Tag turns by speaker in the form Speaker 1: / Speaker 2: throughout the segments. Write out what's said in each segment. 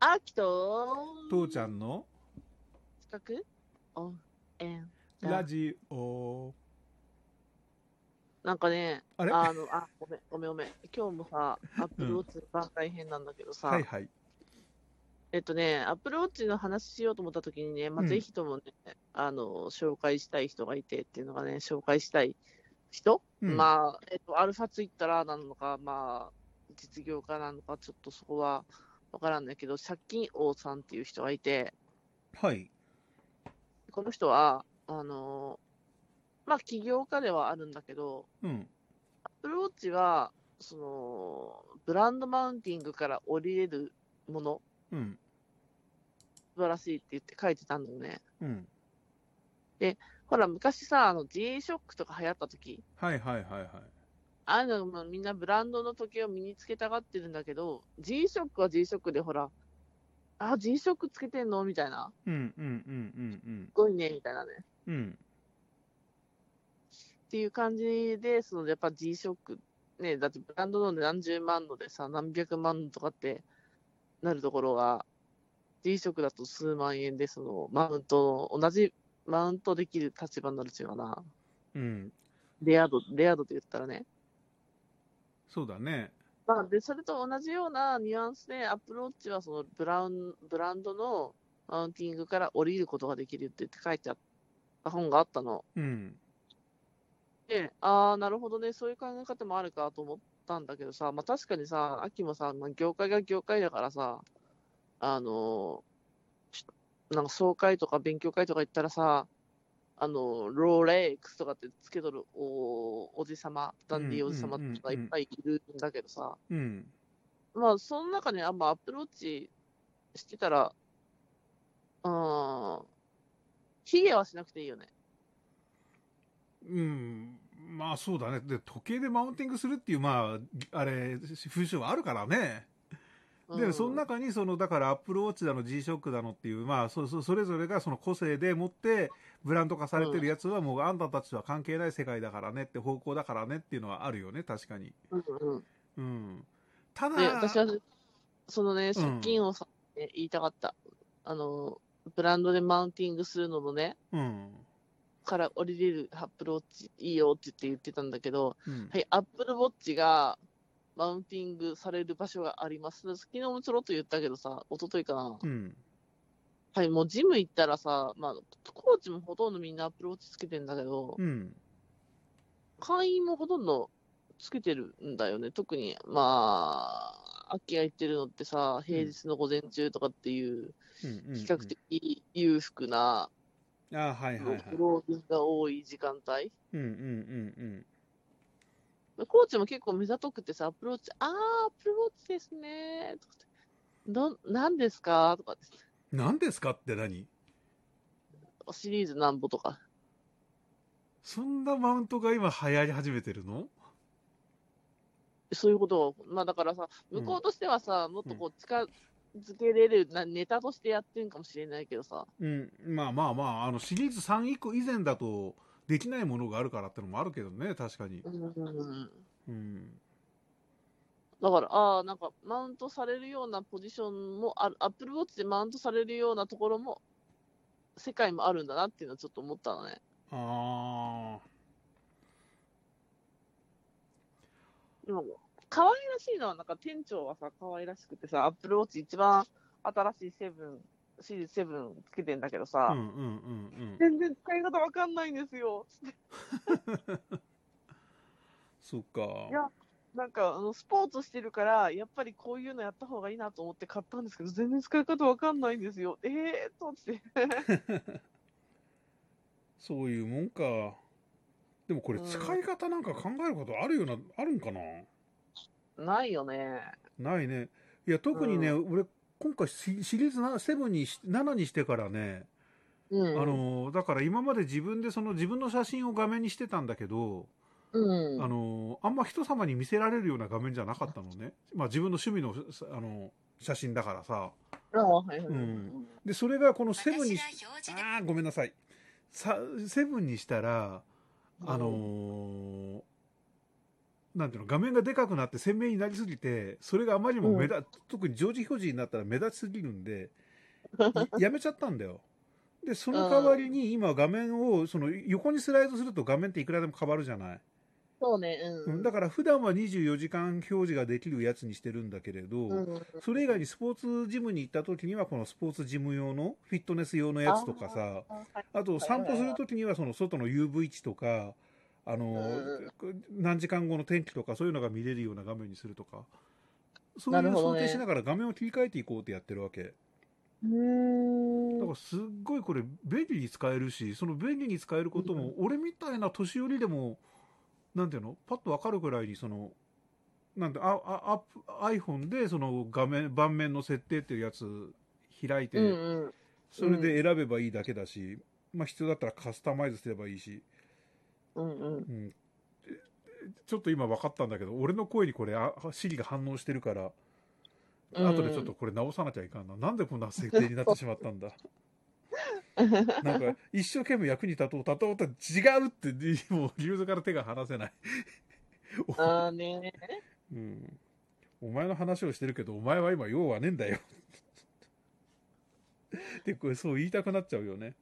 Speaker 1: アキト
Speaker 2: 父ちゃんの
Speaker 1: 近くおえん
Speaker 2: ラジオ
Speaker 1: なんかね
Speaker 2: あれ
Speaker 1: あのあごめんごめんごめん今日もさアップルウォッチが大変なんだけどさ、
Speaker 2: はいはい
Speaker 1: えっとねアップルウォッチの話しようと思った時にねまあ
Speaker 2: うん
Speaker 1: ぜひともね、あの紹介したい人がいてっていうのがね紹介したい人、
Speaker 2: うん
Speaker 1: まあえっとアルファツイッターなのかまあ実業家なのかちょっとそこはわからんだけど借金王さんっていう人がいて、
Speaker 2: はい
Speaker 1: この人は、あのまあ、起業家ではあるんだけど、
Speaker 2: うん
Speaker 1: ア p p l e w a t は、その、ブランドマウンティングから降りれるもの、
Speaker 2: うん
Speaker 1: 素晴らしいって言って書いてたんだよね。
Speaker 2: うん
Speaker 1: ほら、昔さ、あの、G-SHOCK とか流行った時、
Speaker 2: はいはいはいはい
Speaker 1: ああいうのもみんなブランドの時計を身につけたがってるんだけど、G-SHOCK は G-SHOCK でほら、あ、G-SHOCK つけてんのみたいな。
Speaker 2: うんうんうんうん
Speaker 1: すごいね、みたいなね。
Speaker 2: うんうん
Speaker 1: っていう感じで、そのやっぱ G-SHOCK、ね、だってブランドので何十万のでさ、何百万とかってなるところが、G-SHOCK だと数万円で、そのマウントの、同じマウントできる立場になるっていうかな。
Speaker 2: うん
Speaker 1: レア度、レア度って言ったらね。
Speaker 2: そうだね
Speaker 1: まあ、で、それと同じようなニュアンスで、アプローチはそのブラウン、ブランドのマウンティングから降りることができるって言って書いてあった本があったの。
Speaker 2: うん
Speaker 1: で、ああ、なるほどね、そういう考え方もあるかと思ったんだけどさ、まあ、確かにさ、秋もさ、まあ、業界が業界だからさ、あのーしなんか総会とか勉強会とか行ったらさ、あのーローレックスとかってつけとるおおじさま、ダンディおじさま
Speaker 2: うんうんうんうん
Speaker 1: とかいっぱいいるんだけどさ、
Speaker 2: うん
Speaker 1: まあ、その中にあんまアプローチしてたら、うん、ヒゲはしなくていいよね。
Speaker 2: うんまあそうだねで時計でマウンティングするっていうまああれ風習はあるからね
Speaker 1: う
Speaker 2: で
Speaker 1: ん
Speaker 2: その中にそのだからアップルウォッチだの G-SHOCK だのっていう、まあ、そそそれぞれがその個性でもってブランド化されてるやつはもうあんたたちとは関係ない世界だからねって方向だからねっていうのはあるよね確かに、
Speaker 1: うんうん
Speaker 2: うん、ただ、
Speaker 1: で、私は、そのね、
Speaker 2: うん
Speaker 1: 借金をさ、ね言いたかった。あの、ブランドでマウンティングするののね、
Speaker 2: うん
Speaker 1: から降りれるアップルウォッチいいよって言って言ってたんだけど、
Speaker 2: うん
Speaker 1: はい、アップルウォッチがマウンティングされる場所があります。昨日もちょろっと言ったけどさ、一昨日かな。
Speaker 2: うん
Speaker 1: はい、もうジム行ったらさ、まあ、コーチもほとんどみんなアップルウォッチつけてんだけど、
Speaker 2: うん
Speaker 1: 会員もほとんどつけてるんだよね、特に、まあ、秋が行ってるのってさ、平日の午前中とかっていう、
Speaker 2: うんうん
Speaker 1: 比較的裕福な、
Speaker 2: あーはいはいはい
Speaker 1: 老人が多い時間帯。
Speaker 2: うんうんうん
Speaker 1: コーチも結構目ざとくてさ、アプローチ、あー、アプローチですねとかって、ど、何ですかとかって、
Speaker 2: うん何ですかって何
Speaker 1: シリーズなんぼとか。
Speaker 2: そんなマウントが今流行り始めてるの
Speaker 1: そういうことを、まあだからさ、向こうとしてはさ、もっとこう近づけれるなネタとしてやってるかもしれないけどさ、
Speaker 2: うん、まあまあまあ、あのシリーズ3以降以前だとできないものがあるからってのもあるけどね、確かに。
Speaker 1: うん、
Speaker 2: うん。
Speaker 1: だから、ああ、なんか、マウントされるようなポジションもある、アップルウォッチでマウントされるようなところも、世界もあるんだなっていうのはちょっと思ったのね。
Speaker 2: ああ。
Speaker 1: でも可愛らしいのは、なんか店長はさ、可愛らしくてさ、アップルウォッチ一番新しいセブン、シリーズ7つけてんだけどさ、
Speaker 2: うんうんうんうん。
Speaker 1: 全然使い方わかんないんですよ。
Speaker 2: そっか。
Speaker 1: いやなんか、あの、スポーツしてるから、やっぱりこういうのやった方がいいなと思って買ったんですけど、全然使い方わかんないんですよ。ええー、と思って。
Speaker 2: そういうもんか。でもこれ
Speaker 1: うん
Speaker 2: 使い方なんか考えることあるような、あるんかな
Speaker 1: ないよね。
Speaker 2: ないね。いや、特にね、俺、今回シシリーズな7にし、7にしてからね、
Speaker 1: うん。
Speaker 2: あ、の、だから今まで自分でその自分の写真を画面にしてたんだけど、
Speaker 1: うん。
Speaker 2: あのあんま人様に見せられるような画面じゃなかったのね、まあ、自分の趣味のあの写真だからさ
Speaker 1: ああ、はいはい。
Speaker 2: うんでそれがこのセブンにし
Speaker 3: 私が表示で
Speaker 2: あーごめんなさいさセブンにしたらあのーなんていうの、画面がでかくなって鮮明になりすぎて、それがあまりにも目立、特に常時表示になったら目立ちすぎる んで、いやめちゃったんだよ。で、その代わりに今画面を、その横にスライドすると画面っていくらでも変わるじゃない。
Speaker 1: そうね、
Speaker 2: う
Speaker 1: うんん。
Speaker 2: だから普段は24時間表示ができるやつにしてるんだけれど、
Speaker 1: うん、
Speaker 2: それ以外にスポーツジムに行った時にはこのスポーツジム用のフィットネス用のやつとかさ、
Speaker 1: あはい
Speaker 2: あと散歩するときにはその外の UV 値とか、あの、何時間後の天気とかそういうのが見れるような画面にするとか、そうい
Speaker 1: な
Speaker 2: う
Speaker 1: るほ
Speaker 2: 想
Speaker 1: どね
Speaker 2: 定しながら画面を切り替えていこうってやってるわけ。
Speaker 1: うー
Speaker 2: だ
Speaker 1: ん
Speaker 2: からすっごいこれ便利に使えるし、その便利に使えることも、俺みたいな年寄りでも、なんていうのパッとわかるくらいにその、なんて、あ、あ、アップ iPhone でその画面、盤面の設定っていうやつ開いて、
Speaker 1: うんうん。
Speaker 2: それで選べばいいだけだし、まあ必要だったらカスタマイズすればいいし、
Speaker 1: うんうん。
Speaker 2: うん、えちょっと今分かったんだけど、俺の声にこれ、あシリが反応してるから、
Speaker 1: うん
Speaker 2: 後でちょっとこれ直さなきゃいかんな。なんでこんな設定になってしまったんだ。 なんか、一生懸命役に立とう、立とうと違うって、もう、牛座から手が離せない。
Speaker 1: ああね。
Speaker 2: うん。お前の話をしてるけど、お前は今、用はねえんだよ。で、これ、そう言いたくなっちゃうよね。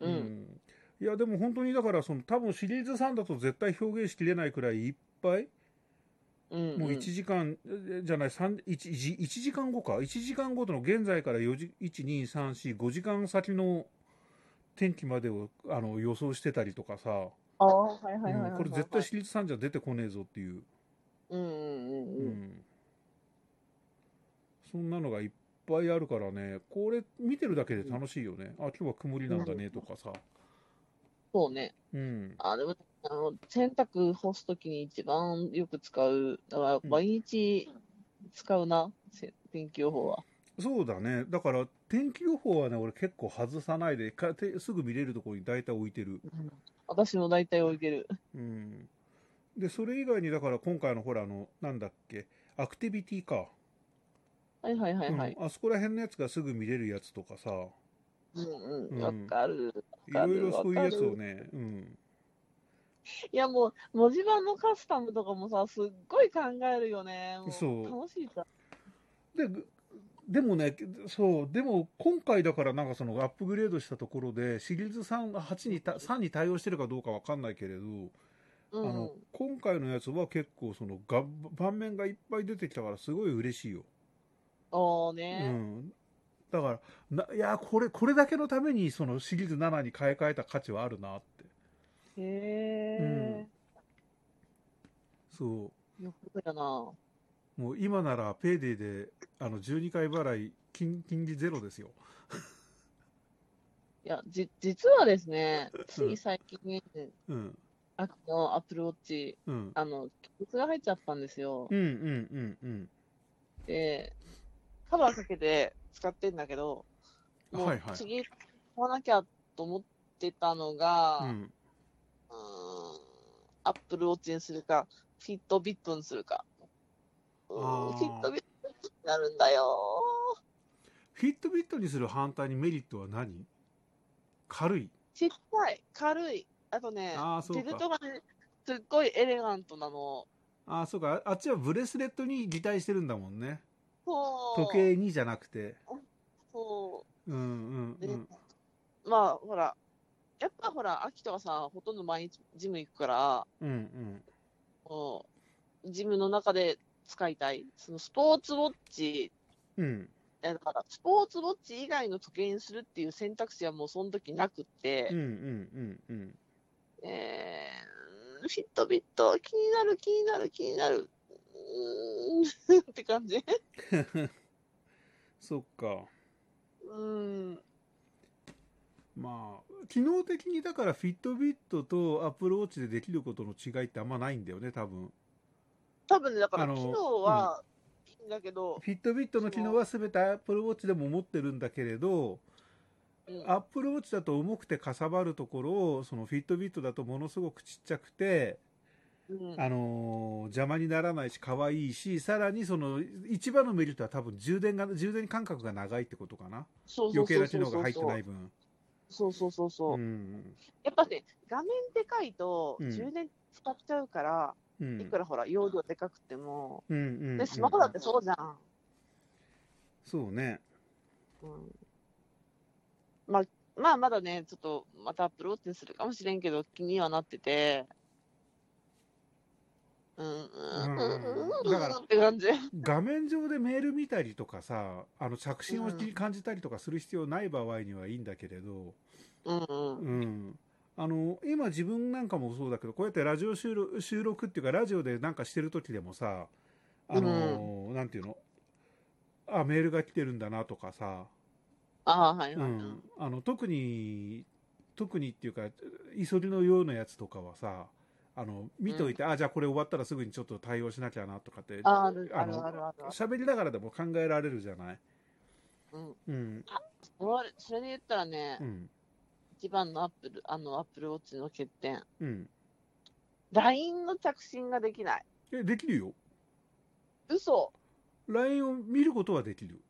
Speaker 1: う。
Speaker 2: うんんいやでも本当にだからその多分シリーズ3だと絶対表現しきれないくらいいっぱい
Speaker 1: うん、
Speaker 2: もう1時間えじゃない3 1, 時1時間後か1時間ごとの現在から4時12345時間先の天気までをあの予想してたりとかさ、
Speaker 1: ああ、はいはいはいはい、
Speaker 2: うんこれ絶対シリーズ3じゃ出てこねえぞっていう、
Speaker 1: うんうんうん
Speaker 2: う
Speaker 1: うん。
Speaker 2: んそんなのがいっぱいあるからねこれ見てるだけで楽しいよね、あ今日は曇りなんだねとかさ、
Speaker 1: そうね。
Speaker 2: うん、
Speaker 1: あでもあの洗濯干すときに一番よく使う、だから毎日使うな、せ天気予報は。
Speaker 2: そうだね。だから、天気予報はね、俺結構外さないで、かてすぐ見れるところに大体置いてる。
Speaker 1: 私も大体置いてる。
Speaker 2: うん。で、それ以外に、だから今回のほら、あの、なんだっけ、アクティビティか。
Speaker 1: はいはいはいはい。
Speaker 2: うんあそこら辺のやつがすぐ見れるやつとかさ、
Speaker 1: う
Speaker 2: い
Speaker 1: んう
Speaker 2: うん
Speaker 1: ん、わ、かる。か
Speaker 2: ろ
Speaker 1: る
Speaker 2: いろそういうやつを
Speaker 1: わ
Speaker 2: ね、うん。
Speaker 1: いやもう、文字盤のカスタムとかもさ、すっごい考えるよね。も
Speaker 2: そう
Speaker 1: 楽しいじゃん。
Speaker 2: で、ぐでもね、そう、でも今回だからなんかそのアップグレードしたところで、シリーズ3、8にた、3に対応してるかどうかわかんないけれど、
Speaker 1: う
Speaker 2: あの
Speaker 1: ん。
Speaker 2: 今回のやつは結構そのが盤面がいっぱい出てきたからすごい嬉しいよ、
Speaker 1: ああ
Speaker 2: う
Speaker 1: ね、
Speaker 2: ん、だからないやこれこれだけのためにそのシリーズ7に買い替えた価値はあるなって
Speaker 1: へえ、
Speaker 2: そ
Speaker 1: よくやな。
Speaker 2: うもう今ならペイデーであの12回払い金金利ゼロですよ
Speaker 1: いや、じ、実はですね、つい最近、
Speaker 2: うん
Speaker 1: 秋のアップルウォッチ、
Speaker 2: うん
Speaker 1: あの、傷が入っちゃったんですよ
Speaker 2: う。んうんうん
Speaker 1: で、カバーかけて使ってんだけど、
Speaker 2: うん
Speaker 1: も
Speaker 2: はいうはい
Speaker 1: 次、買わなきゃと思ってたのが、
Speaker 2: うん
Speaker 1: うーんアップルウォッチにするか、フィットビットにするか。うー
Speaker 2: あ
Speaker 1: ん
Speaker 2: ー
Speaker 1: フィットビットになるんだよ
Speaker 2: フィットビットにする反対にメリットは何軽い
Speaker 1: ー。ちっちゃい、軽い。あとね、
Speaker 2: あーそう
Speaker 1: ベ
Speaker 2: か
Speaker 1: ルトがね、すっごいエレガントなの。
Speaker 2: ああそうかああっちはブレスレットに擬態してるんだもんね
Speaker 1: そう。
Speaker 2: 時計にじゃなくて
Speaker 1: そ
Speaker 2: うんうん
Speaker 1: う。で、
Speaker 2: うん
Speaker 1: まあ、ほら、やっぱほら、秋とはさ、ほとんど毎日ジム行くから、
Speaker 2: うんうん
Speaker 1: もうジムの中で使いたい。そのスポーツウォッチ、
Speaker 2: うん
Speaker 1: いやだから、スポーツウォッチ以外の時計にするっていう選択肢はもうその時なくって、
Speaker 2: うんうんうんうん
Speaker 1: えー、フィットビット、気になる、気になる、気になる。うーんって感じ。
Speaker 2: そっか
Speaker 1: うん。
Speaker 2: まあ機能的にだからフィットビットとアップルウォッチでできることの違いってあんまないんだよね多分
Speaker 1: 多分ね、だか
Speaker 2: あ
Speaker 1: ら、
Speaker 2: の
Speaker 1: 機能はいいんだけど、
Speaker 2: フィットビットの機能は全てアップルウォッチでも持ってるんだけれど
Speaker 1: うん
Speaker 2: アップルウォッチだと重くてかさばるところをそのフィットビットだとものすごくちっちゃくて
Speaker 1: うん
Speaker 2: あのー邪魔にならないし可愛いしさらにその一番のメリットは多分充電が充電間隔が長いってことかな
Speaker 1: そうそう
Speaker 2: 余計
Speaker 1: そうそう
Speaker 2: な機能
Speaker 1: そ
Speaker 2: が
Speaker 1: う
Speaker 2: 入って
Speaker 1: そ。
Speaker 2: ないう分
Speaker 1: そうそうそうそう
Speaker 2: う。ん
Speaker 1: やっぱね、画面でかいと、
Speaker 2: うん
Speaker 1: 充電使っちゃうから、
Speaker 2: うん
Speaker 1: いくらほら、容量でかくても。
Speaker 2: うんうんうん
Speaker 1: で、スマホだってそうじゃん。
Speaker 2: そうね
Speaker 1: うんまあ、まあ、まだね、ちょっと、またアップローチにするかもしれんけど、気にはなってて。うん、うん、うん、うん、
Speaker 2: だから
Speaker 1: って感じ。
Speaker 2: 画面上でメール見たりとかさあの着信を
Speaker 1: うん
Speaker 2: 感じたりとかする必要ない場合にはいいんだけれど、
Speaker 1: うん、うん。
Speaker 2: うん、あの今自分なんかもそうだけどこうやってラジオ収録収録っていうかラジオでなんかしてる時でもさあの、なんていうのあメールが来てるんだなとかさ、
Speaker 1: ああ、はい、
Speaker 2: う
Speaker 1: はい。
Speaker 2: ん、あの特に特にっていうか急ぎのようなやつとかはさあの見といて、あじゃあこれ終わったらすぐにちょっと対応しなきゃなとかって
Speaker 1: ああ、ある、
Speaker 2: あ
Speaker 1: あ
Speaker 2: の
Speaker 1: る、ある、ある。
Speaker 2: 喋りながらでも考えられるじゃない。
Speaker 1: うん。
Speaker 2: うん
Speaker 1: それそれで言ったらね
Speaker 2: う、ん
Speaker 1: 一番のアップル、あの、アップルウォッチの欠点。
Speaker 2: うん、
Speaker 1: LINE の着信ができない。
Speaker 2: えできるよ
Speaker 1: 嘘
Speaker 2: LINE を見ることはできる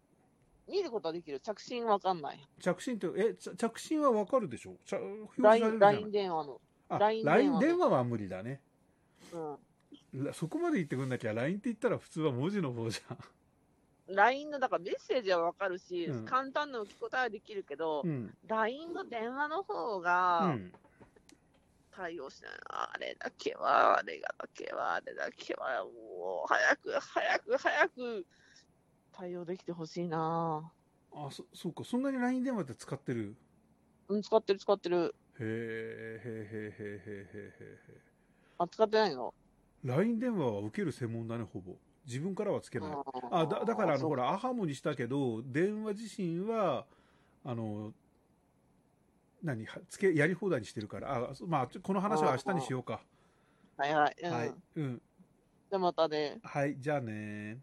Speaker 1: 見ることはできる。着信わかんない。
Speaker 2: 着信って、え、ちゃ着信はわかるでしょちゃ表示され
Speaker 1: LINE、
Speaker 2: るじゃない
Speaker 1: LINE 電話の。
Speaker 2: あ
Speaker 1: LINE 電話
Speaker 2: LINE 電話は無理だね。
Speaker 1: う
Speaker 2: らそこまで言ってくんなきゃ、LINE って言ったら普通は文字の方じゃん。
Speaker 1: ん。LINE の、だからメッセージはわかるし、
Speaker 2: うん
Speaker 1: 簡単な受け答えはできるけど、
Speaker 2: うん。
Speaker 1: LINE の電話の方
Speaker 2: う
Speaker 1: が
Speaker 2: ん。
Speaker 1: 対応しない。あれだけは、あれがだけは、あれだけは、もう、早く、早く、早く、対応できてほしいな
Speaker 2: あ、そ、そうか。そんなに LINE 電話って使ってる。
Speaker 1: うん、使ってる、使ってる。
Speaker 2: へえ、へえ、へえ、へえ、へえ、へ
Speaker 1: あ、使ってないの
Speaker 2: え。LINE 電話は受ける専門だね、ほぼ。自分からはつけない。あ、だ、だから、あの、
Speaker 1: そう
Speaker 2: ほら、アハモにしたけど、電話自身は、あの、何はつけ、やり放題にしてるから。あ、そまあ、ちょこの話は明日にしようか。
Speaker 1: はいはい。うん
Speaker 2: はい。うん。
Speaker 1: じゃあまたね。
Speaker 2: はい、じゃあねー